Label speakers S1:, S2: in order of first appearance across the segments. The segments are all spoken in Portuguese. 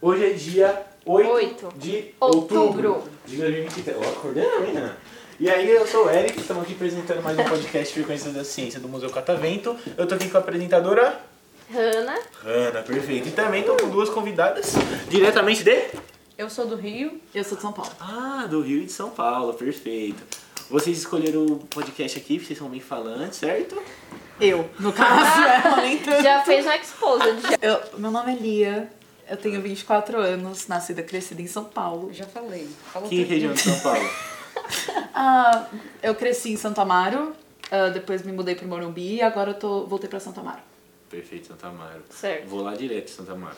S1: Hoje é dia 8,
S2: Oito.
S1: de
S2: Outubro.
S1: outubro, de 2023. Ó, acordei, né? E aí, eu sou o Eric, estamos aqui apresentando mais um podcast Frequências da Ciência do Museu Catavento. Eu tô aqui com a apresentadora
S2: Hanna.
S1: Ana, perfeito. E também tô com duas convidadas diretamente de...
S2: Eu sou do Rio.
S3: Eu sou de São Paulo.
S1: Ah, do Rio e de São Paulo, perfeito. Vocês escolheram o podcast aqui, vocês são bem falantes, certo?
S3: Eu, no caso, ela nem tanto.
S2: Já fez um exposed. Já.
S3: Eu- meu nome é Lia, eu tenho 24 anos, nascida e crescida em São Paulo.
S4: Já falei. Falou
S1: Que
S4: tudo.
S1: região de São Paulo?
S3: Ah, eu cresci em Santo Amaro, ah, depois me mudei pro Morumbi e agora eu tô, voltei pra Santo Amaro.
S1: Perfeito, Santa Amaro.
S2: Certo.
S1: Vou lá direto, Santa Amaro.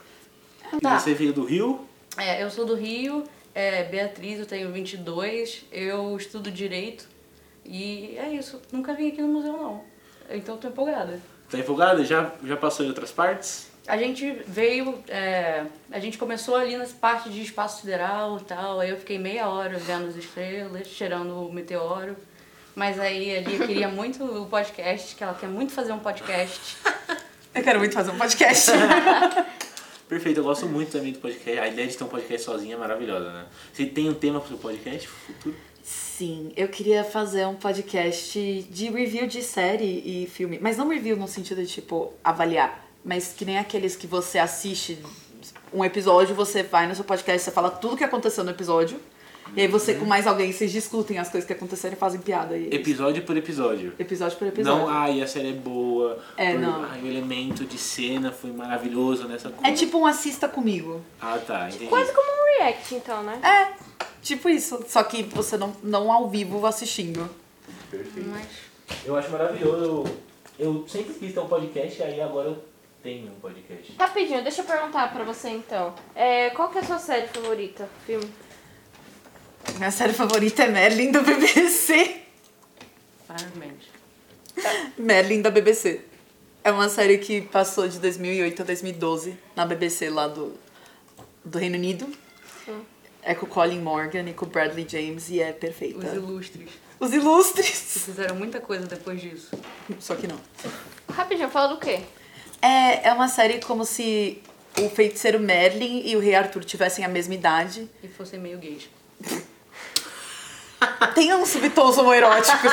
S2: Tá.
S1: E você veio do Rio?
S4: É, eu sou do Rio, é, Beatriz, eu tenho 22, eu estudo Direito e é isso. Nunca vim aqui no museu, não. Então eu tô empolgada.
S1: Tá empolgada? Já, já passou em outras partes?
S4: A gente veio, é, a gente começou ali nas partes de espaço sideral e tal, aí eu fiquei meia hora vendo as estrelas, cheirando o meteoro. Mas aí a Lia queria muito o podcast, que ela quer muito fazer um podcast.
S3: Eu quero muito fazer um podcast.
S1: Perfeito, eu gosto muito também do podcast. A ideia de ter um podcast sozinha é maravilhosa, né? Você tem um tema pro seu podcast futuro?
S3: Sim, eu queria fazer um podcast de review de série e filme, mas não review no sentido de tipo avaliar, mas que nem aqueles que você assiste um episódio, você vai no seu podcast, você fala tudo que aconteceu no episódio. E aí você com mais alguém, vocês discutem as coisas que aconteceram e fazem piada. E é isso.
S1: Episódio por episódio.
S3: episódio por episódio.
S1: Não, ai, a série é boa.
S3: É,
S1: por-
S3: não.
S1: Ai, o elemento de cena foi maravilhoso nessa coisa.
S3: É tipo um assista comigo.
S1: Ah, tá, entendi.
S2: Quase como um react, então, né?
S3: É, tipo isso. Só que você não, não ao vivo assistindo.
S1: Perfeito.
S4: Mas
S1: Eu acho maravilhoso. Eu, eu sempre quis ter um podcast, aí agora eu tenho um podcast.
S2: Rapidinho, deixa eu perguntar pra você, então. É, qual que é a sua série favorita? Filme?
S3: Minha série favorita é Merlin da BBC.
S4: Parabéns.
S3: Merlin da BBC. É uma série que passou de 2008 a 2012 na BBC lá do, do Reino Unido.
S2: Hum.
S3: É com o Colin Morgan e com o Bradley James e é perfeita.
S4: Os ilustres
S3: Os ilustres!
S4: fizeram muita coisa depois disso.
S3: Só que não.
S2: Rapidinho, fala do quê?
S3: É, é uma série como se o feiticeiro Merlin e o rei Arthur tivessem a mesma idade.
S4: E fossem meio gays.
S3: Tem uns subtons homoeróticos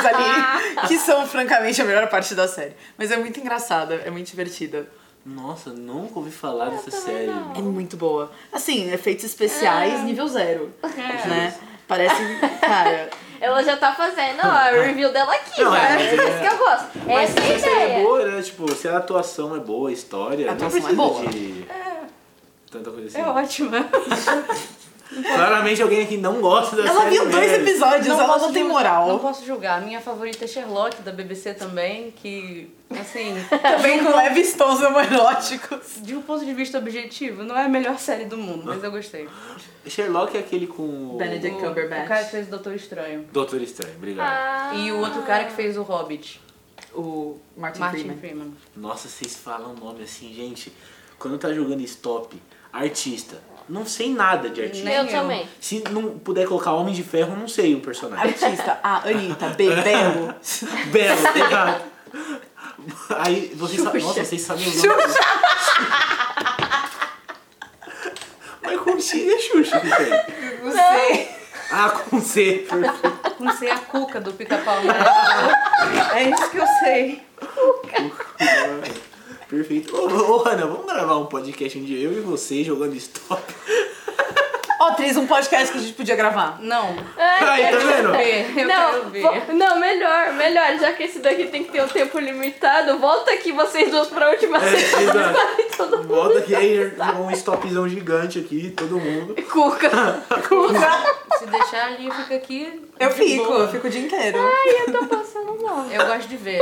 S3: ali, que são, francamente, a melhor parte da série. Mas é muito engraçada, é muito divertida.
S1: Nossa, nunca ouvi falar dessa
S2: também
S1: série.
S2: não.
S3: É muito boa. Assim, efeitos
S4: É.
S3: especiais, nível zero. Né? Parece. Cara.
S2: Ela já tá fazendo ó, a review dela aqui,
S1: Não,
S2: sabe?
S1: é,
S2: É, isso que eu gosto.
S1: Mas
S2: Essa é
S1: se
S2: a
S1: a série é
S2: ideia.
S1: boa, né? Tipo, se a atuação é boa, a história,
S3: A
S1: não
S3: atuação é
S1: precisa
S3: boa.
S1: de tanta coisa assim.
S4: É ótima.
S1: Claramente alguém aqui não gosta da
S3: Ela
S1: série.
S3: viu dois
S1: mesmo.
S3: episódios, ela não tem
S4: Não
S3: moral.
S4: posso julgar. Minha favorita é Sherlock, da BBC também, que, assim,
S3: Também com leves tons homoeróticos.
S4: de um ponto de vista objetivo, não é a melhor série do mundo, mas eu gostei.
S1: Sherlock é aquele com o
S3: Benedict.
S4: O,
S3: Cumberbatch.
S4: o cara que fez o Doutor Estranho.
S1: Doutor Estranho, obrigado.
S2: Ah,
S4: E o outro cara que fez o Hobbit,
S3: O Martin,
S4: Martin
S3: Freeman.
S4: Freeman.
S1: Nossa, vocês falam nome assim, gente. Quando tá jogando stop, artista. Não sei nada de
S3: Né?
S1: artista.
S2: eu
S4: Nem eu.
S2: também.
S1: Se não puder colocar Homem de Ferro, não sei o personagem.
S3: Artista. Ah, Anitta. B. Belo.
S1: Belo, errado. Aí vocês sabem. Nossa, vocês sabem o nome. Mas com X é Xuxa que tem.
S3: Não sei.
S1: Ah, com C, perfeito.
S4: Não sei a cuca do pica-pau amarelo. É isso que eu sei.
S1: Perfeito. Ô, ô, Ana, vamos gravar um podcast um dia eu e você jogando stop.
S3: Ó, Tris, um podcast que a gente podia gravar.
S4: Não,
S1: Aí, tá
S4: eu
S1: vendo?
S4: quero
S2: não,
S4: ver.
S2: vo- não, melhor, melhor, já que esse daqui tem que ter um tempo limitado, volta aqui vocês duas pra última
S1: É,
S2: sessão
S1: exato.
S2: e todo mundo
S1: Volta aqui aí, um stopzão gigante aqui, todo mundo.
S2: cuca.
S4: Se deixar a linha fica aqui.
S3: Eu
S4: de
S3: fico,
S4: boa.
S3: eu fico o dia inteiro.
S2: Ai, eu tô passando mal.
S4: Eu gosto de ver.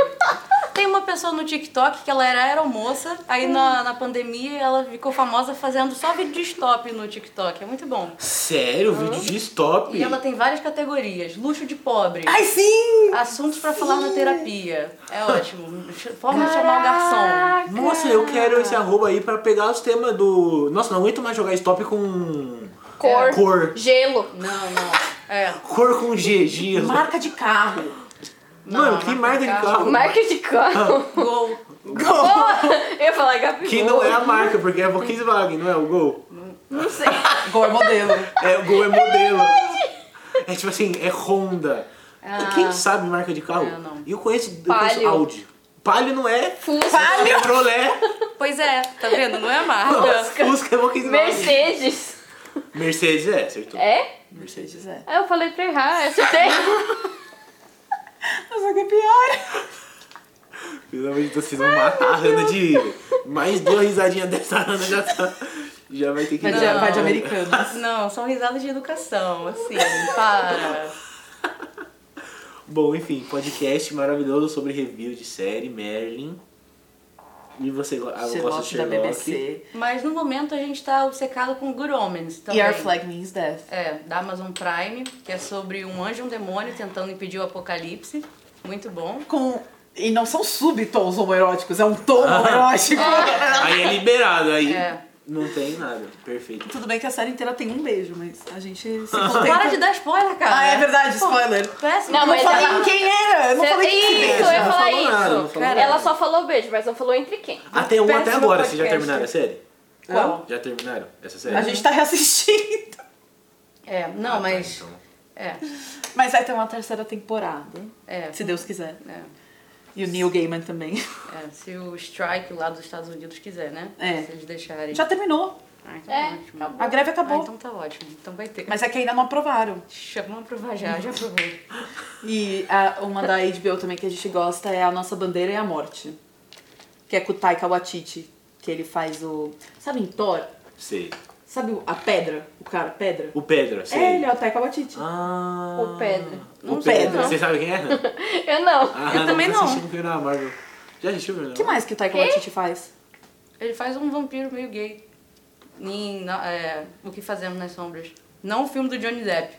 S4: Tem uma pessoa no TikTok que ela era aeromoça, aí na, na pandemia ela ficou famosa fazendo só vídeo de stop no TikTok. É muito bom.
S1: Sério, Um vídeo de stop?
S4: E ela tá tem várias categorias: luxo de pobre,
S3: Ai, sim!
S4: assuntos pra falar na terapia. É ótimo. Ch- Forma de chamar o garçom.
S1: Nossa, eu quero esse arroba aí pra pegar os temas do. Nossa, não aguento mais jogar stop com.
S2: Cor.
S1: Cor.
S2: Gelo.
S4: Não, não. É.
S1: Cor com G, Gilo.
S3: Marca de carro.
S1: Mano, que marca de carro.
S2: Marca de carro.
S4: Gol.
S1: Gol.
S2: Eu ia falar Gabigol.
S1: Que não é a marca, porque é Volkswagen, não é o Gol.
S2: Não sei.
S3: Gol é modelo.
S1: É, o Gol é modelo. É tipo assim, é Honda.
S4: Ah.
S1: Quem sabe marca de carro?
S4: Eu não.
S1: Eu conheço, eu conheço
S2: Palio.
S1: Audi. Palio não é.
S2: Fusca.
S1: Chevrolet.
S4: Pois é, tá vendo? Não é marca.
S1: Não, Fusca é Volkswagen.
S2: Mercedes.
S1: Mercedes é, acertou.
S2: É?
S1: Mercedes.
S3: Pois é.
S2: Ah, eu falei pra errar. Eu acertei.
S3: Mas só que é pior.
S1: Pelo amor de Deus, vocês vão matar a Hannah de. Mais duas risadinhas dessa Hannah já tá. Já vai ter que.
S3: Vai de,
S4: Não.
S3: vai de americano.
S4: Não, são risadas de educação, assim, para.
S1: Bom, enfim, podcast maravilhoso sobre review de série, Merlin. E você go- ah, eu gosto de
S3: Sherlock da
S1: Sherlock.
S3: BBC.
S4: Mas no momento a gente tá obcecado com Good Omens também.
S3: E Our Flag Means Death.
S4: É, da Amazon Prime, que é sobre um anjo e um demônio tentando impedir o apocalipse. Muito bom.
S3: Com... E não são subtons homoeróticos, é um tom homoerótico.
S1: Aí é liberado, aí
S4: É.
S1: não tem nada. Perfeito.
S3: Tudo bem que a série inteira tem um beijo, mas a gente se
S4: Para
S3: contenta.
S4: de né? dar spoiler, cara.
S3: Ah, é verdade, spoiler.
S4: Péssimo.
S2: Não,
S3: Eu não
S2: mas é-
S3: falei
S2: ela-
S3: em quem era, eu não falei em quem é.
S2: Isso,
S1: beijo,
S2: eu
S1: ela
S2: ia
S1: não
S2: falar
S1: falou nada, não
S2: isso.
S1: falou nada.
S2: Ela só falou beijo, mas não falou entre quem.
S1: Até um até
S4: Péssimo
S1: agora, vocês já
S4: podcast.
S1: terminaram a série?
S4: Qual?
S1: Já terminaram essa série?
S3: A gente tá reassistindo.
S4: É,
S1: Ah,
S4: não,
S1: tá,
S4: mas.
S1: então.
S4: É,
S3: Mas vai ter uma terceira temporada,
S4: é.
S3: se Deus quiser.
S4: é,
S3: E o Neil Gaiman também.
S4: é, se o strike lá dos Estados Unidos quiser, né?
S3: É.
S4: Se eles deixarem.
S3: Já terminou.
S4: Ah, então
S2: É,
S4: tá ótimo.
S2: acabou.
S3: A greve
S4: Ah,
S3: acabou.
S4: então tá ótimo. Então vai ter.
S3: Mas é que ainda não aprovaram.
S4: Chama pra vajar, já provei.
S3: E a- uma da HBO também que a gente gosta é A Nossa Bandeira e a Morte. Que é com o Taika Waititi. Que ele faz o... Sabe em Thor?
S1: Sei.
S3: Sabe o- a pedra? O cara pedra?
S1: O Pedro, sei.
S3: É, ele é o Taika Waititi.
S1: Ah.
S2: O Pedro.
S1: O
S3: Não sei,
S1: Pedro.
S3: não.
S1: Você sabe quem é?
S2: Eu não.
S1: Ah,
S4: Eu também
S1: Você
S4: não.
S1: assistiu o filme da Marvel. Já assistiu o filme
S3: O
S1: da
S3: que
S1: Marvel?
S3: mais que o Taika
S2: Quê?
S3: Waititi faz?
S4: Ele faz um vampiro meio gay. Em na- é, O que Fazemos nas Sombras. Não o filme do Johnny Depp.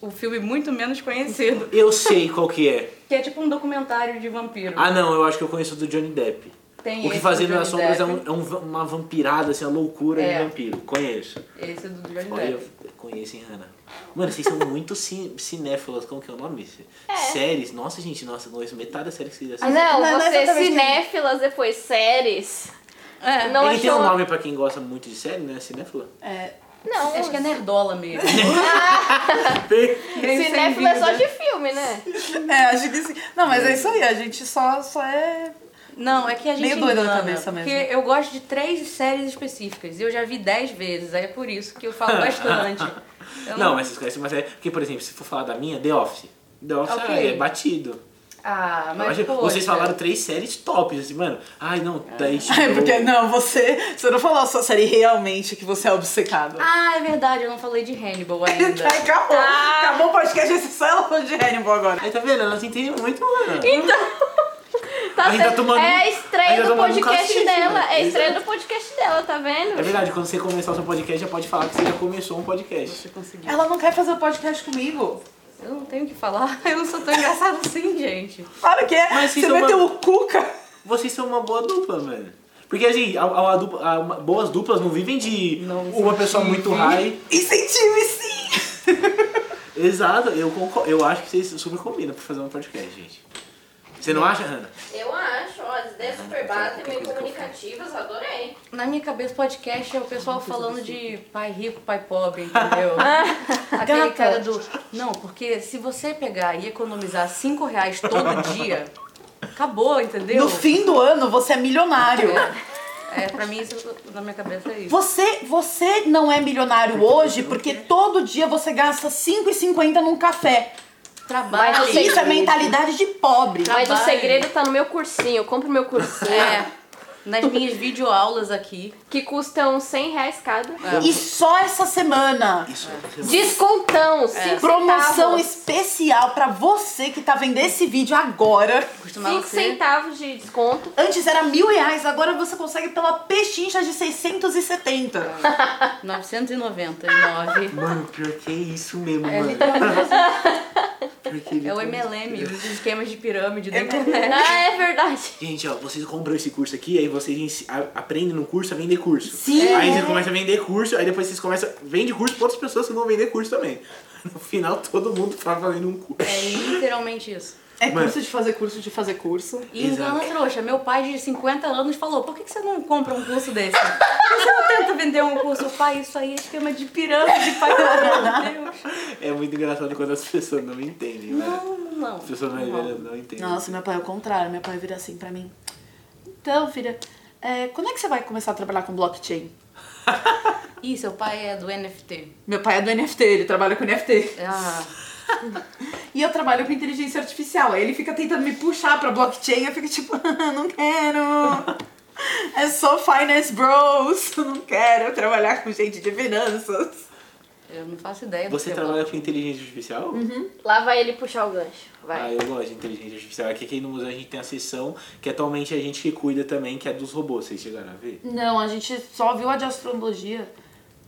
S4: O filme muito menos conhecido.
S1: Eu sei qual que é.
S4: Que é tipo um documentário de vampiro.
S1: Ah, não, eu acho que eu conheço o do Johnny Depp.
S4: Tem
S1: o que
S4: esse
S1: fazer
S4: do
S1: nas
S4: Johnny
S1: sombras é,
S4: Depp.
S1: um- é um va- uma vampirada, assim, uma loucura
S4: É.
S1: de vampiro. Conheço.
S4: Esse é do Johnny
S1: Olha,
S4: Depp.
S1: eu conheço, hein, Hannah. Mano, vocês são muito ci- cinéfilas, como que é o nome? Séries. Nossa, gente, nossa, eu conheço metade das séries que vocês
S2: Ah,
S1: assistem.
S2: não,
S3: não é
S2: vocês
S3: exatamente
S2: cinéfilas depois, séries.
S4: É.
S2: Não
S1: Ele tem um
S2: achou-
S1: nome pra quem gosta muito de série, né? Cinéfila.
S3: É,
S2: Não,
S4: Acho que é nerdola mesmo.
S2: cinéfilo é só de filme, né?
S3: é, acho que sim. Não, mas é isso aí, a gente só, só é.
S4: Não, é que a gente
S3: Meio doida na
S4: engana,
S3: cabeça mesmo.
S4: Porque eu gosto de três séries específicas. E eu já vi dez vezes. Aí é por isso que eu falo bastante. Eu
S1: Não, mas vocês conhecem uma série. Porque, por exemplo, se for falar da minha, The Office. The Office
S4: Ok.
S1: é batido.
S4: Ah,
S1: Eu
S4: mas
S1: acho-
S4: poxa.
S1: vocês falaram três séries tops, assim, mano. Ai, não, da HBO.
S3: É, porque não, você. Você não falou a sua série realmente que você é obcecado.
S4: Ah, é verdade. Eu não falei de Hannibal ainda.
S3: Ai, acabou! Acabou o podcast, esse é só ela falou de Hannibal agora.
S1: Aí tá vendo? Ela se entende muito, mano.
S2: Tá
S1: Ainda
S2: certo.
S1: tomando-
S2: é a
S1: ainda
S2: estreia do
S1: tomando um
S2: podcast
S1: cacete,
S2: dela.
S1: né?
S2: É a estreia do podcast dela, tá vendo?
S1: É verdade, quando você começar o seu podcast, já pode falar que você já começou um podcast.
S4: Você conseguiu.
S3: Ela não quer fazer o podcast comigo.
S4: Eu não tenho o que falar. Eu não sou tão engraçado assim, gente.
S3: Claro que é.
S1: Mas
S3: você
S1: isso é
S3: vai
S1: uma-
S3: ter o Cuca.
S1: Vocês são uma boa dupla, mano. Porque, assim, a, a- a dupla- a- uma- boas duplas não vivem de
S4: Não
S1: uma pessoa muito high.
S3: Incentive sim!
S1: Exato, eu, concordo, eu acho que vocês super combinam pra fazer um podcast, gente. Você não acha, Hannah?
S2: Eu acho, ó, as ideias super
S1: bases, meio comunicativas,
S2: adorei.
S4: Na minha cabeça, podcast é o pessoal falando de pai rico, pai pobre, entendeu?
S2: Ah.
S4: Aquele
S3: Gata.
S4: cara do. Não, porque se você pegar e economizar 5 reais todo dia, acabou, entendeu?
S3: No fim do ano você é milionário.
S4: É, pra mim, isso na minha cabeça é isso.
S3: Você, você não é milionário hoje porque todo dia você gasta 5,50 num café.
S4: Trabalhe.
S2: Mas você-
S3: Isso é mentalidade de pobre.
S2: Mas o
S4: Trabalho.
S2: segredo tá no meu cursinho. Eu compro meu cursinho,
S4: É. Nas minhas videoaulas aqui.
S2: que custam 100 reais cada.
S3: E só essa semana.
S1: Isso.
S4: É.
S2: Descontão, 5
S3: Promoção
S2: centavos.
S3: especial pra você que tá vendo esse vídeo agora.
S4: Costumava
S2: 5
S4: ser.
S2: centavos de desconto.
S3: Antes era mil reais, agora você consegue pela pechincha de 670.
S4: 999.
S1: Mano, pior que é isso mesmo, mano. Porque ele
S4: É o
S1: tem-
S4: MLM, os esquemas de pirâmide da
S1: É
S4: internet.
S2: Ah, é verdade.
S1: Gente, ó, vocês compram esse curso aqui, aí vocês ens- a- aprendem no curso a vender curso.
S3: Sim.
S1: Aí vocês começam a vender curso, aí depois vocês começam. Vende curso pra outras pessoas que vão vender curso também. No final, todo mundo tá fazendo um curso.
S4: É literalmente isso.
S3: É
S1: Mano.
S3: curso de fazer curso de fazer curso.
S4: E
S1: Exato.
S4: engana trouxa. Meu pai de 50 anos falou: por que, que você não compra um curso desse? Por que você não tenta vender um curso? Pai, isso aí é esquema de pirâmide, pai. Meu Deus.
S1: É muito engraçado quando as pessoas não entendem, velho.
S4: Não, não.
S1: As pessoas mais
S4: não.
S1: velhas não entendem.
S3: Nossa, meu pai é o contrário. Meu pai vira assim pra mim. Então, filha, é, quando é que você vai começar a trabalhar com blockchain?
S4: Ih, seu pai é do NFT.
S3: Meu pai é do NFT, ele trabalha com NFT.
S4: Ah,
S3: E eu trabalho com inteligência artificial. Aí ele fica tentando me puxar pra blockchain. Eu fico tipo, não quero. É só finance bros. Eu Não quero trabalhar com gente de finanças.
S4: eu não faço ideia. do
S1: Você
S4: que é Uhum.
S1: trabalha com inteligência artificial?
S2: Lá vai ele puxar o gancho. Vai.
S1: Ah, eu gosto de inteligência artificial. Aqui, aqui no museu a gente tem a sessão que atualmente é a gente que cuida também, que é dos robôs. Vocês chegaram a ver?
S3: Não, a gente só viu a de astrologia.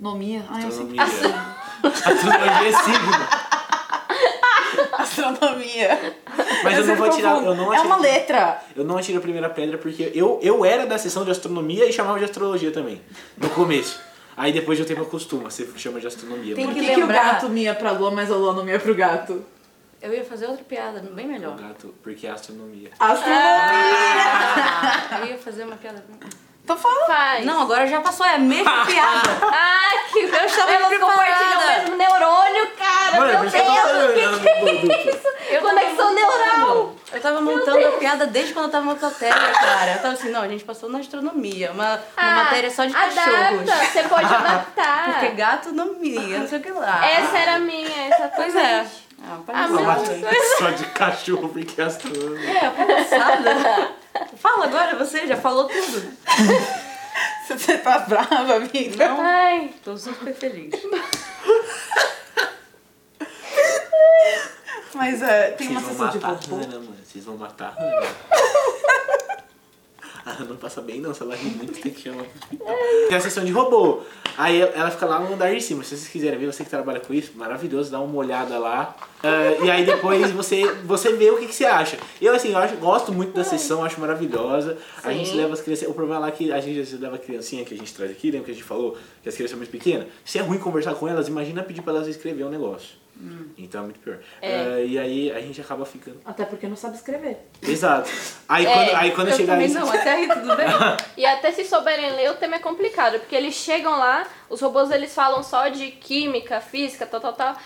S3: Nomia. Ai, Ah, eu sempre...
S1: Astronomia. Astrologia é signo.
S3: Astronomia.
S1: Mas eu, não
S3: sempre
S1: vou tirar.
S3: confundo.
S1: Eu não
S3: é
S1: atiro-
S3: uma letra.
S1: Eu não atiro a primeira pedra porque eu, eu era da sessão de astronomia e chamava de astrologia também. No começo. Aí depois de um tempo acostuma, você chama de astronomia.
S4: Tem
S1: mas-
S3: Por
S4: que
S3: que, que o
S4: lembrar-
S3: gato mia pra lua, mas a lua não mia pro gato?
S4: Eu ia fazer outra piada, bem
S1: O
S4: melhor.
S1: gato, porque é astronomia.
S3: Astronomia.
S4: Ah, eu ia fazer uma piada.
S3: Tô falando.
S2: Faz.
S4: Não, agora já passou, é a mesma piada.
S2: Ah, que eu estava
S4: Elas
S2: compartilham o
S4: preparada.
S2: mesmo neurônio, cara.
S1: Mano, é
S2: meu
S1: por isso que eu tô falando,
S2: Deus, o que, que
S1: né,
S2: é isso?
S4: Eu tava
S2: Conexão neural.
S4: montando- Eu tava montando a piada desde quando eu tava na cotela, cara. Eu tava assim, não, a gente passou na astronomia, uma, uma
S2: Ah,
S4: matéria só de
S2: adapta,
S4: cachorros.
S2: Você pode adaptar.
S4: Porque gato não mia, não sei o que lá.
S2: Essa era minha, essa
S4: Pois é. Ah,
S2: Ah,
S1: Uma
S2: Não,
S4: palhaçada.
S1: matéria só de cachorro, porque é astronomia.
S4: É, palhaçada. Fala agora, você já falou tudo.
S3: Você tá brava, amiga?
S4: Não,
S2: Ai,
S4: tô super feliz.
S3: Mas é, tem uma
S1: Vocês vão
S3: sessão de
S1: matar a
S3: popô.
S1: Hannah, mano. Vocês vão matar a Hannah. A Hannah não passa bem, não. Se ela ri muito, tem que chamar. Tem a sessão de robô. Aí ela fica lá no andar de cima. Se vocês quiserem ver, você que trabalha com isso, maravilhoso, dá uma olhada lá. Ah, e aí depois você, você vê o que, que você acha. Eu, assim, eu acho- gosto muito da sessão, acho maravilhosa. A gente leva as crianças. O problema lá é que a gente às vezes leva a criancinha que a gente traz aqui, lembra que a gente falou que as crianças são muito pequenas? Se é ruim conversar com elas, imagina pedir pra elas escrever um negócio.
S4: Hum.
S1: Então é muito pior. Ah, e aí a gente acaba ficando.
S3: Até porque não sabe escrever.
S1: Exato. Aí
S2: É,
S1: quando, aí quando
S4: eu
S1: chegar
S4: também
S1: isso.
S4: não, até aí tudo bem.
S2: E até se souberem ler, o tema é complicado, porque eles chegam lá, os robôs eles falam só de química, física, tal, tal, tal.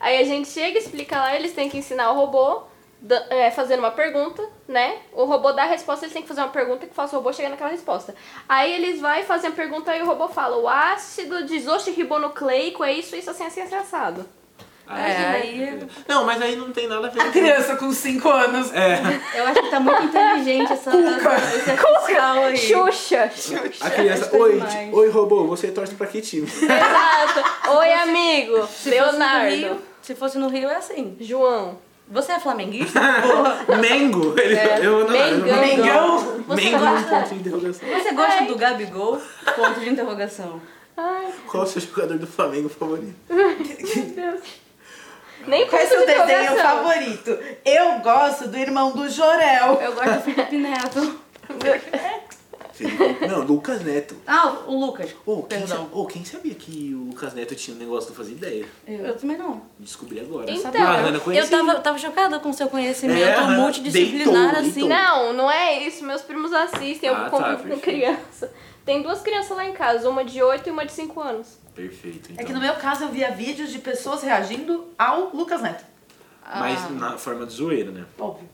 S2: Aí a gente chega, explica lá, eles têm que ensinar o robô da- é, fazendo uma pergunta, né? O robô dá a resposta, eles têm que fazer uma pergunta que faça o robô chegar naquela resposta. Aí eles vai fazem a pergunta e o robô fala: o ácido desoxirribonucleico é isso, isso, assim, assim, assim, assado.
S4: É, aí
S1: Não, mas aí não tem nada a ver. É.
S3: A criança com 5 anos.
S4: eu acho que tá muito inteligente essa, essa, esse artificial aí.
S2: Xuxa!
S1: A criança,
S4: Gostei
S1: oi,
S4: demais.
S1: ti- oi robô, você torce pra que time?
S2: Exato! Oi, amigo!
S4: Se fosse no Rio-
S2: Leonardo!
S4: se fosse no Rio, é assim.
S2: João!
S4: Você é flamenguista?
S1: Mengo! Ele, eu não, eu não-
S3: Mengão.
S1: Mengo no ponto de interrogação.
S4: Você gosta do Gabigol? Ponto de interrogação.
S2: Ai,
S1: Qual o seu jogador do Flamengo favorito?
S2: nem
S3: Qual é seu
S2: ponto de
S3: desenho
S2: interrogação.
S3: favorito? Eu gosto do irmão do Jorel.
S4: Eu gosto do Felipe Neto.
S1: Felipe- Não, Lucas Neto.
S4: Ah, o Lucas.
S1: Ô, quem,
S4: Perdão.
S1: sa- ô, quem sabia que o Lucas Neto tinha um negócio que eu não fazia ideia?
S4: Eu, também não. Tá
S1: Descobri agora.
S2: Então,
S1: Sabe? Ah, Ana,
S4: eu,
S1: conheci.
S4: tava, eu tava chocada com o seu conhecimento
S1: É, aham.
S4: multidisciplinar
S1: Deitou,
S4: assim.
S1: deitou.
S2: Não, não é isso. Meus primos assistem, eu
S1: Ah, tá,
S2: convivo com
S1: perfeito.
S2: criança. Tem duas crianças lá em casa, uma de 8 e uma de 5 anos.
S1: Perfeito, então.
S3: É que no meu caso eu via vídeos de pessoas reagindo ao Lucas Neto.
S4: Ah.
S1: Mas na forma de zoeira, né?
S3: Óbvio.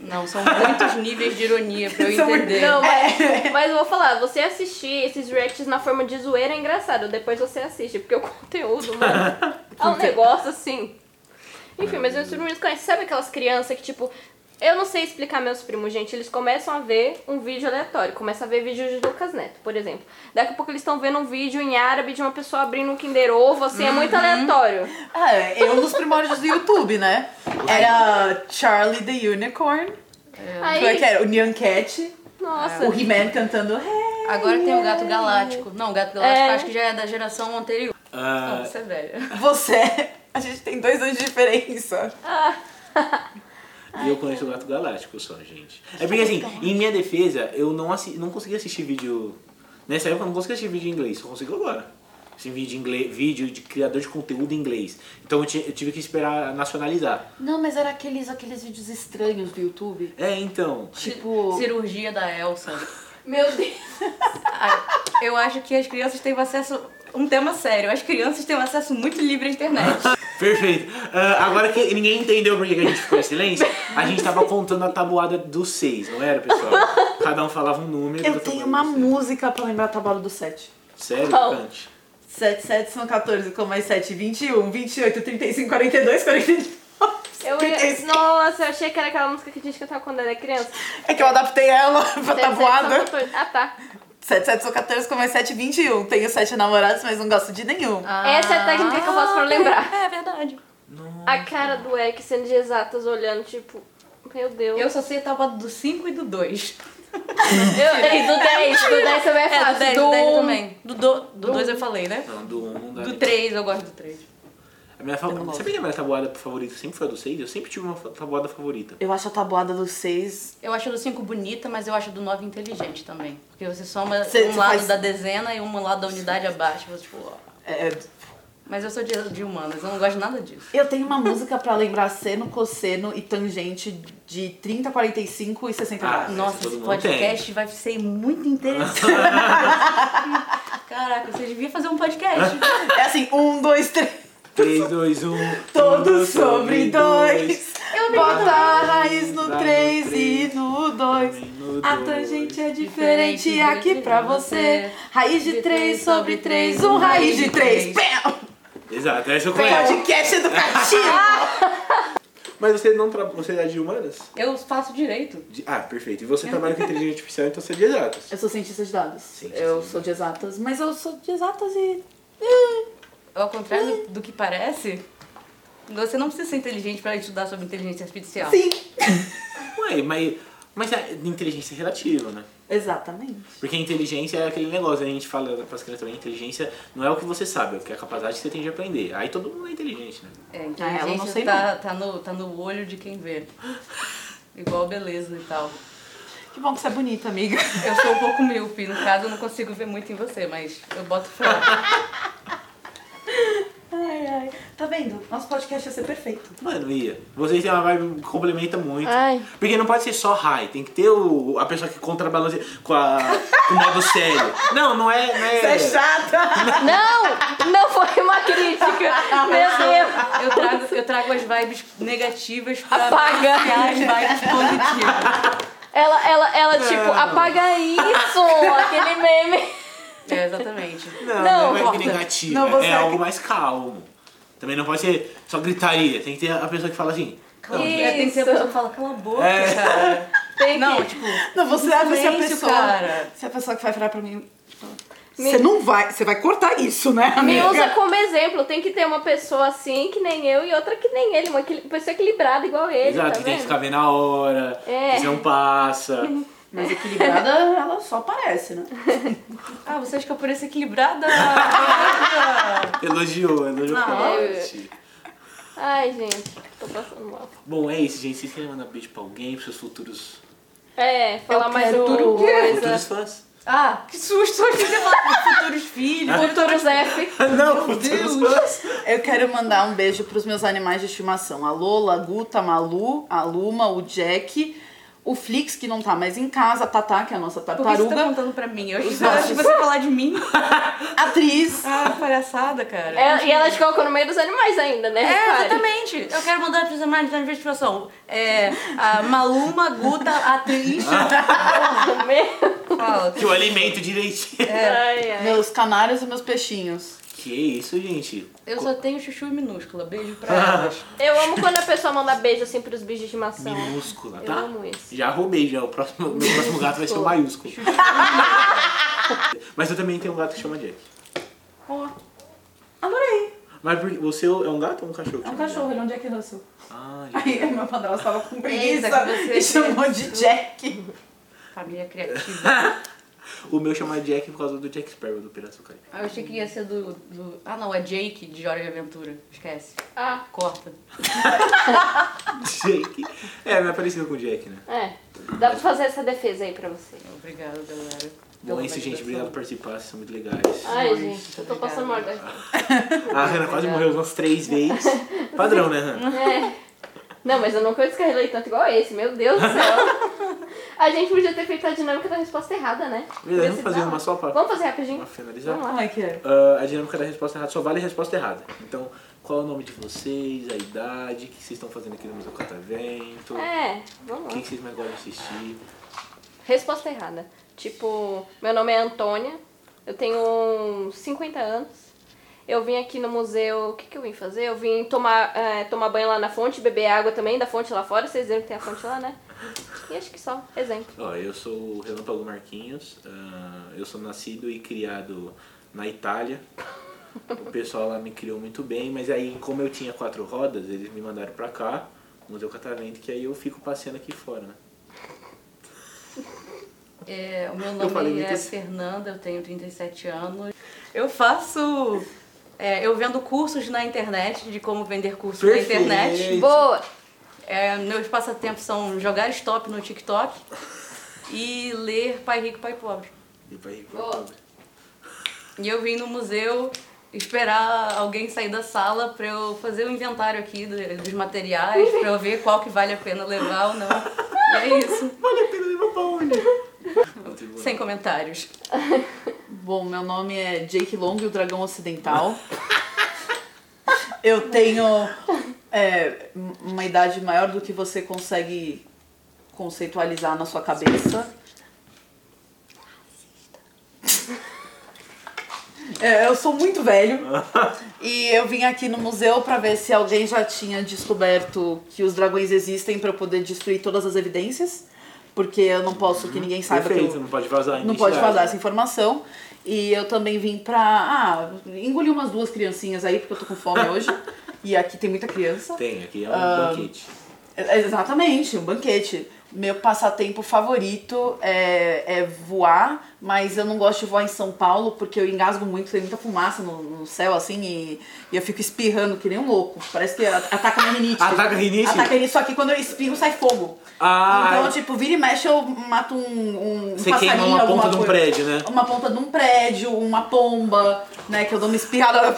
S4: Não, são muitos níveis de ironia pra eu
S3: São muito-
S4: entender.
S2: Não,
S3: É.
S2: mas, mas eu vou falar, você assistir esses reacts na forma de zoeira é engraçado. Depois você assiste, porque o conteúdo, mano, é um negócio assim. Enfim, mas meus primos conhecem. Sabe aquelas crianças que, tipo, eu não sei explicar meus primos, gente. Eles começam a ver um vídeo aleatório. Começam a ver vídeos de Lucas Neto, por exemplo. Daqui a pouco eles estão vendo um vídeo em árabe de uma pessoa abrindo um Kinder Ovo, assim, é
S3: Uhum.
S2: muito aleatório.
S3: Ah, eu nos primórdios do YouTube, né? Era Charlie the Unicorn.
S2: Aí,
S3: Como é que era? O Nyan Cat.
S2: Nossa.
S3: O He-Man cantando Hey.
S4: Agora tem o gato galáctico. Não, o gato galáctico
S2: É.
S4: acho que já é da geração anterior.
S1: Ah,
S4: Não, você é velha.
S3: Você. A gente tem dois anos de diferença.
S2: Ah,
S1: E eu conheço o Gato Galáctico só, gente. É porque assim, em minha defesa, eu não, assi não consegui assistir vídeo. Nessa época eu não consegui assistir vídeo em inglês, só consigo agora. Assim, vídeo, em inglês, vídeo de criador de conteúdo em inglês. Então eu, ti- eu tive que esperar nacionalizar.
S3: Não, mas era aqueles, aqueles vídeos estranhos do YouTube.
S1: É, então.
S3: Tipo.
S4: Cirurgia da Elsa.
S2: Meu Deus.
S4: Ah, eu acho que as crianças têm um acesso. Um tema sério, as crianças têm um acesso muito livre à internet.
S1: Perfeito. Ah, agora que ninguém entendeu por que que a gente ficou em silêncio, a gente tava contando a tabuada dos seis, não era, pessoal? Cada um falava um número. da
S3: Eu
S1: tabuada
S3: tenho uma
S1: dos seis.
S3: música pra lembrar a tabela do 7.
S1: Sério,
S2: Qual?
S1: Cante?
S3: 7, 7 são 14, com mais 7, 21, 28, 35, 42, 49.
S2: Eu ia... Nossa, eu achei que era aquela música que a gente cantava quando era criança.
S3: É que eu adaptei ela pra
S2: Sete,
S3: tá
S2: sete,
S3: tabuada.
S2: são 14. Ah, tá.
S3: 7, 7 são 14, com mais 7, 21. Tenho 7 namorados, mas não gosto de nenhum.
S2: Essa é a técnica que eu posso pra lembrar.
S4: É, é verdade.
S2: A cara do Eric sendo de exatas olhando, tipo, meu Deus.
S4: Eu só sei a tábua do 5 e do 2.
S2: Eu- e do 10, do 10 também é fácil.
S4: do
S2: Do
S4: 10
S2: um-
S4: também. Do 2 do, dois eu falei, né?
S1: Não, do um, da
S4: Do 3, eu gosto do 3.
S1: A minha fa... Sabe que a minha tabuada favorita sempre foi a do 6? Eu sempre tive uma fa- tabuada favorita.
S3: Eu acho a tabuada do 6.
S4: Eu acho a do 5 bonita, mas eu acho a do 9 inteligente também. Porque você soma
S3: Cê-
S4: um
S3: cê
S4: lado
S3: faz-
S4: da dezena e um lado da unidade abaixo. Você, tipo, ó.
S3: É,
S4: Mas eu sou de, de humanas, eu não gosto nada disso.
S3: eu tenho uma música pra lembrar seno, cosseno e tangente de 30, 45 e 60
S1: Ah,
S3: graus.
S1: Essa
S4: Nossa,
S1: todo
S4: esse
S1: mundo
S4: podcast vai ser muito interessante. Caraca, você devia fazer um podcast.
S3: É assim, um, dois, três.
S1: 3, 2, 1.
S3: Todo sobre dois. Bota a raiz no
S1: Dá no
S3: 3 e
S1: três.
S3: no 2. A tangente é diferente
S4: Diferente
S3: aqui
S4: de
S3: pra
S4: você.
S3: você. Raiz de
S4: De
S3: 3
S4: três
S3: sobre
S4: sobre
S3: 3,
S4: três,
S3: um
S4: um
S3: raiz
S4: raiz
S3: de
S4: de
S3: 3.
S4: três.
S1: Exato, essa eu conheço.
S3: Podcast educativo. Ah!
S1: Mas você não trabalha. Você é de humanas?
S4: Eu faço direito.
S1: De- Ah, perfeito. E
S3: É.
S1: você trabalha com inteligência artificial, então você é de exatas.
S3: Eu sou cientista de dados.
S1: Cientista
S3: Eu
S1: de
S3: sou de exatas, mas eu sou de exatas e.
S4: Ao contrário do, do que parece, você não precisa ser inteligente pra estudar sobre inteligência artificial.
S3: Sim.
S1: Ué, mas. Mas a inteligência é relativa, né?
S3: Exatamente.
S1: Porque a inteligência é aquele negócio, a gente fala pras crianças também, inteligência não é o que você sabe, é o que é a capacidade que você tem de aprender. Aí todo mundo é inteligente, né?
S4: É,
S3: Ah, ela
S4: inteligência
S3: não sei
S4: tá, tá, no, tá no olho de quem vê. Igual beleza e tal.
S3: Que bom que você é bonita, amiga.
S4: Eu sou um pouco míope, no caso eu não consigo ver muito em você, mas eu boto fé.
S3: Ai, ai. Tá vendo? Nosso podcast ia ser perfeito.
S1: Mano, ia. Vocês têm uma vibe que complementa muito.
S2: Ai.
S1: Porque não pode ser só high, tem que ter o, a pessoa que contrabalança com, a, com o modo sério. Não, não é. Não é,
S3: Você é chata.
S2: Não! Não foi uma crítica! Meu Deus!
S4: Eu trago, eu trago as vibes negativas pra
S2: Apaga.
S4: bloquear as vibes positivas.
S2: Ela, ela, ela, tipo,
S1: Não.
S2: apaga isso! Aquele meme.
S4: É, exatamente.
S1: não,
S2: Não,
S1: não é
S2: corta.
S1: vibe negativa.
S3: Não, você
S1: é
S3: é
S1: algo mais calmo. Também não pode ser só gritaria, tem que ter a pessoa que fala assim.
S4: Cala,
S1: não,
S2: Isso.
S4: é, tem que ser a pessoa que fala, cala a boca,
S1: É.
S4: cara.
S2: Tem que...
S4: Não, tipo,
S3: Não, você é você é a
S4: silêncio,
S3: pessoa.
S4: cara.
S3: Você é a pessoa que vai virar pra mim. tipo,
S2: Me-
S3: Você não vai, você vai cortar isso, né,
S2: Me
S3: amiga?
S2: usa como exemplo, tem que ter uma pessoa assim, que nem eu, e outra que nem ele, uma equil- pessoa equilibrada igual ele,
S1: Exato,
S2: tá
S1: que tem que
S2: vendo?
S1: ficar vendo a hora,
S2: É.
S1: que você não passa.
S3: Mas equilibrada, ela só parece, né?
S4: ah, você acha que eu pareço equilibrada?
S1: Elogiou, elogiou
S4: Não,
S1: forte.
S2: é. Ai, gente, tô passando mal.
S1: Bom, é isso, gente. Vocês querem mandar beijo pra alguém, pros seus futuros,
S2: É, falar mais
S3: quero-
S2: futuro
S1: futuros
S2: coisa.
S1: fãs?
S4: ah, que susto! Eu achei que você falava futuros filhos.
S2: Futuros F.
S1: Não,
S4: tá
S1: futuros fãs.
S3: Eu quero mandar um beijo pros meus animais de estimação. A Lola, a Guta, a Malu, a Luma, o Jack, o Flix, que não tá mais em casa, a Tatá, que é a nossa
S4: Por que você tá
S3: tartaruga,
S4: contando pra mim? Eu achei
S3: Os
S4: eu achei que
S3: nossos.
S4: você ia falar de mim.
S3: atriz.
S4: Ah, palhaçada, cara.
S2: É, e ela te colocou no meio dos animais ainda, né?
S4: É,
S2: Repare.
S4: exatamente. Eu quero mandar para os animais da investigação. É, a Maluma, Guta, atriz.
S2: Meu-
S4: Fala.
S1: Ah, Que eu alimento direitinho.
S2: Ai, ai.
S3: Meus canários e meus peixinhos.
S1: Que isso, gente.
S4: Eu só tenho chuchu e minúscula. Beijo pra elas.
S2: Eu amo quando a pessoa manda beijo assim pros bichos de estimação.
S1: Minúscula,
S2: Eu
S1: tá?
S2: amo isso.
S1: Já roubei, já. O próximo, meu próximo gato vai ser o maiúsculo. Mas eu também tenho um gato que chama Jack.
S3: Ó, adorei.
S1: Mas por- você é um gato ou um cachorro?
S3: É um cachorro, ele é um Jack Russell.
S1: Ah,
S3: Aí meu padrasto tava com preguiça
S4: Eita, que você
S3: e chamou de Jack.
S4: Família criativa.
S1: o meu chama Jack por causa do Jack Sparrow do Piratas do Caribe.
S4: Ah, Eu achei que ia ser do, ah, do- Ah, não, é Jake de Hora de Aventura. Esquece.
S2: Ah,
S4: Corta.
S1: Jake. É, não é parecido com o Jake, né?
S2: É, dá pra fazer essa defesa aí pra você.
S4: Obrigada, galera.
S1: Bom, é isso, gente. Obrigado por participar, vocês são muito legais.
S2: Ai,
S4: Nossa,
S2: gente, eu tô
S4: obrigada.
S2: passando mal. agora.
S1: A Hannah quase morreu umas três vezes. Padrão, né, Hannah?
S2: É. Não, mas eu nunca descarrelei tanto igual esse, meu Deus do céu. A gente podia ter feito a dinâmica da resposta errada, né?
S1: Verdade,
S2: Podia
S1: vamos
S2: ser
S1: fazer
S2: da hora.
S1: uma só pra,
S2: Vamos fazer
S1: pra
S2: rapidinho?
S1: finalizar?
S2: Vamos lá.
S3: Ai, que é.
S1: Ah, a dinâmica da resposta errada só vale a resposta errada. Então, qual é o nome de vocês, a idade, o que vocês estão fazendo aqui no Museu Catavento, o
S2: É, vamos
S1: que
S2: lá.
S1: que vocês mais gostam de assistir.
S2: Resposta errada. Tipo, meu nome é Antônia, eu tenho uns 50 anos. Eu vim aqui no museu, o que, que eu vim fazer? Eu vim tomar, é, tomar banho lá na fonte, beber água também da fonte lá fora. Vocês viram que tem a fonte lá, né? E acho que só, exemplo.
S1: Ó, eu sou o Relâmpago Marquinhos, ah, eu sou nascido e criado na Itália. O pessoal lá me criou muito bem, mas aí como eu tinha quatro rodas, eles me mandaram pra cá, Museu Catavento, que aí eu fico passeando aqui fora, né?
S4: É, o meu
S1: falei
S4: nome
S1: muito
S4: é
S1: assim.
S4: Fernanda, eu tenho 37 anos. Eu faço. é, eu vendo cursos na internet de como vender cursos
S1: Perfeito.
S4: na internet.
S2: Boa!
S4: É, meus passatempos são jogar stop no TikTok e ler Pai Rico, Pai Pobre.
S1: E pra ir pra
S2: Boa.
S1: pobre.
S4: E eu vim no museu esperar alguém sair da sala pra eu fazer o inventário aqui do- dos materiais, pra eu ver qual que vale a pena levar ou não. E é isso,
S1: Vale a pena levar pra onde? Não, tribunal.
S4: sem comentários.
S3: Bom, meu nome é Jake Long e o Dragão Ocidental. Eu tenho é, m- uma idade maior do que você consegue conceitualizar na sua cabeça. É, eu sou muito velho e eu vim aqui no museu pra ver se alguém já tinha descoberto que os dragões existem pra eu poder destruir todas as evidências, porque eu não posso que ninguém saiba que eu,
S1: Perfeito, não pode vazar ainda.
S3: não pode vazar assim, essa informação. E eu também vim pra. Ah, engoli umas duas criancinhas aí, porque eu tô com fome hoje. E aqui tem muita criança.
S1: Tem, aqui é um banquete.
S3: É- Exatamente, um banquete. Meu passatempo favorito é, é voar, mas eu não gosto de voar em São Paulo porque eu engasgo muito, tem muita fumaça no, no céu assim e, e eu fico espirrando que nem um louco. Parece que a- ataca minha rinite.
S1: Ataca a rinite?
S3: Ataca a rinite, só que quando eu espirro sai fogo.
S1: Ah,
S3: então, tipo, vira e mexe eu mato um, um
S1: Você
S3: passarinho,
S1: queima uma
S3: alguma
S1: ponta de um
S3: coisa
S1: prédio, né?
S3: uma ponta de um prédio, uma pomba, né? Que eu dou uma espirrada.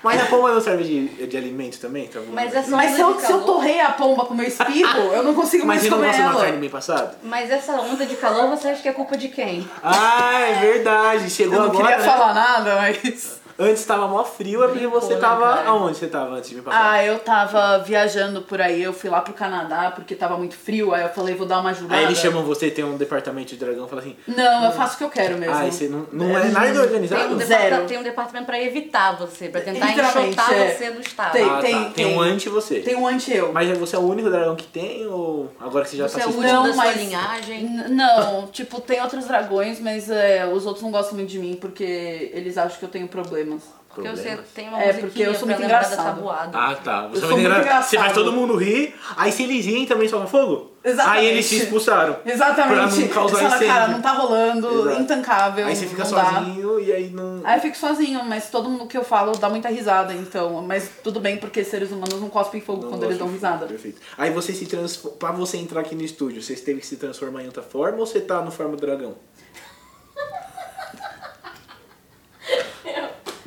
S1: Mas a pomba não serve de, de alimento também? Tá bom.
S4: Mas essa
S3: Mas se
S4: onda
S3: eu,
S4: de
S3: se eu
S4: calor-
S3: torrei a pomba com meu espirro, eu não consigo
S1: Mas
S3: mais
S1: você não
S3: comer
S1: gosta de uma
S3: ela.
S1: carne bem passada?
S4: Mas essa onda de calor, você acha que é culpa de quem?
S1: Ah, é verdade. Chegou
S3: Eu não
S1: agora.
S3: queria
S1: né?
S3: falar nada, mas.
S1: Antes tava mó frio, é porque você
S4: Brincou,
S1: tava.
S4: né, cara?
S1: Aonde você tava antes de me passar?
S3: Ah, eu tava viajando por aí, eu fui lá pro Canadá porque tava muito frio, aí eu falei, vou dar uma ajudada.
S1: Aí eles chamam você, tem um departamento de dragão e fala assim.
S3: Não, eu faço o que eu quero mesmo.
S1: Ah, e você não, não é nada
S4: Tem
S1: organizado?
S4: um,
S3: Zero.
S4: departa- tem um departamento pra evitar você, pra tentar
S3: Literalmente,
S4: enxotar
S3: é.
S4: você do estado.
S3: Tem.
S1: Ah, tá. Tem um anti você.
S3: Tem um anti-eu.
S1: Mas você é o único dragão que tem ou agora que você já
S4: Você
S1: tá
S4: é o
S1: assistindo?
S4: único da
S3: Não,
S4: sua
S3: mas-
S4: linhagem.
S3: N- Não, tipo, tem outros dragões, mas é, os outros não gostam muito de mim porque eles acham que eu tenho problemas.
S4: Porque você
S1: Problemas.
S4: tem uma
S3: É,
S4: musiquinha
S3: porque eu sou
S4: pra
S3: muito
S4: lembrar da
S3: engraçado.
S4: tabuada.
S1: Ah, tá. Você,
S3: sou
S1: vai
S3: muito
S1: engra- você
S3: engraçado.
S1: faz todo mundo rir, aí se eles riem também solta fogo?
S3: Exatamente.
S1: Aí eles te expulsaram. Pra
S3: Exatamente.
S1: não causar
S3: Você fala,
S1: incêndio.
S3: cara, não tá rolando,
S1: Exato.
S3: intancável.
S1: Aí você fica
S3: não dá."
S1: sozinho e aí não.
S3: Aí eu fico sozinho, mas todo mundo que eu falo dá muita risada, então. Mas tudo bem, porque seres humanos não cospem fogo
S1: não
S3: quando eles
S1: gosto
S3: dão
S1: de- é.
S3: risada.
S1: Perfeito. Aí você se transforma. Pra você entrar aqui no estúdio, você teve que se transformar em outra forma ou você tá no forma do dragão?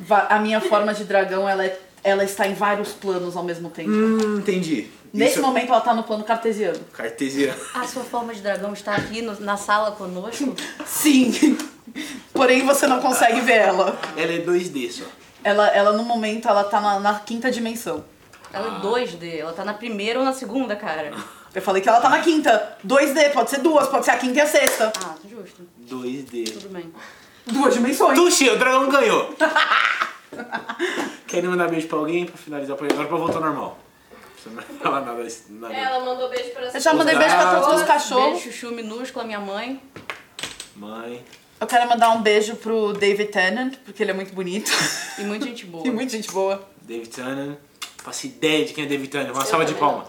S3: Va- A minha forma de dragão, ela, é- ela está em vários planos ao mesmo tempo.
S1: Hum, entendi.
S3: Nesse
S1: Isso é
S3: momento ela tá no plano cartesiano.
S1: Cartesiano.
S4: A sua forma de dragão está aqui no- na sala conosco?
S3: Sim. Porém, você não consegue ver ela.
S1: Ela é 2D só.
S3: Ela, ela no momento, ela tá na, na quinta dimensão.
S4: Ela é 2D, ela tá na primeira ou na segunda, cara.
S3: Eu falei que ela tá na quinta. 2D, pode ser duas, pode ser a quinta e a sexta.
S4: Ah, justo.
S1: 2D.
S4: Tudo bem.
S3: Duas dimensões.
S1: Tuxi, o dragão ganhou! Querem mandar beijo pra alguém pra finalizar pra agora pra voltar ao normal? Você não vai falar nada. desse- nada.
S2: Ela mandou beijo pra
S3: Eu já mandei beijo pra todos os meus
S4: Beijo,
S3: cachorros.
S4: chuchu minúsculo, a minha mãe.
S1: Mãe.
S3: Eu quero mandar um beijo pro David Tennant, porque ele é muito bonito.
S4: E muita gente boa.
S3: e muita gente boa.
S1: David Tennant. Faço ideia de quem é David Tennant. Uma salva de palmas.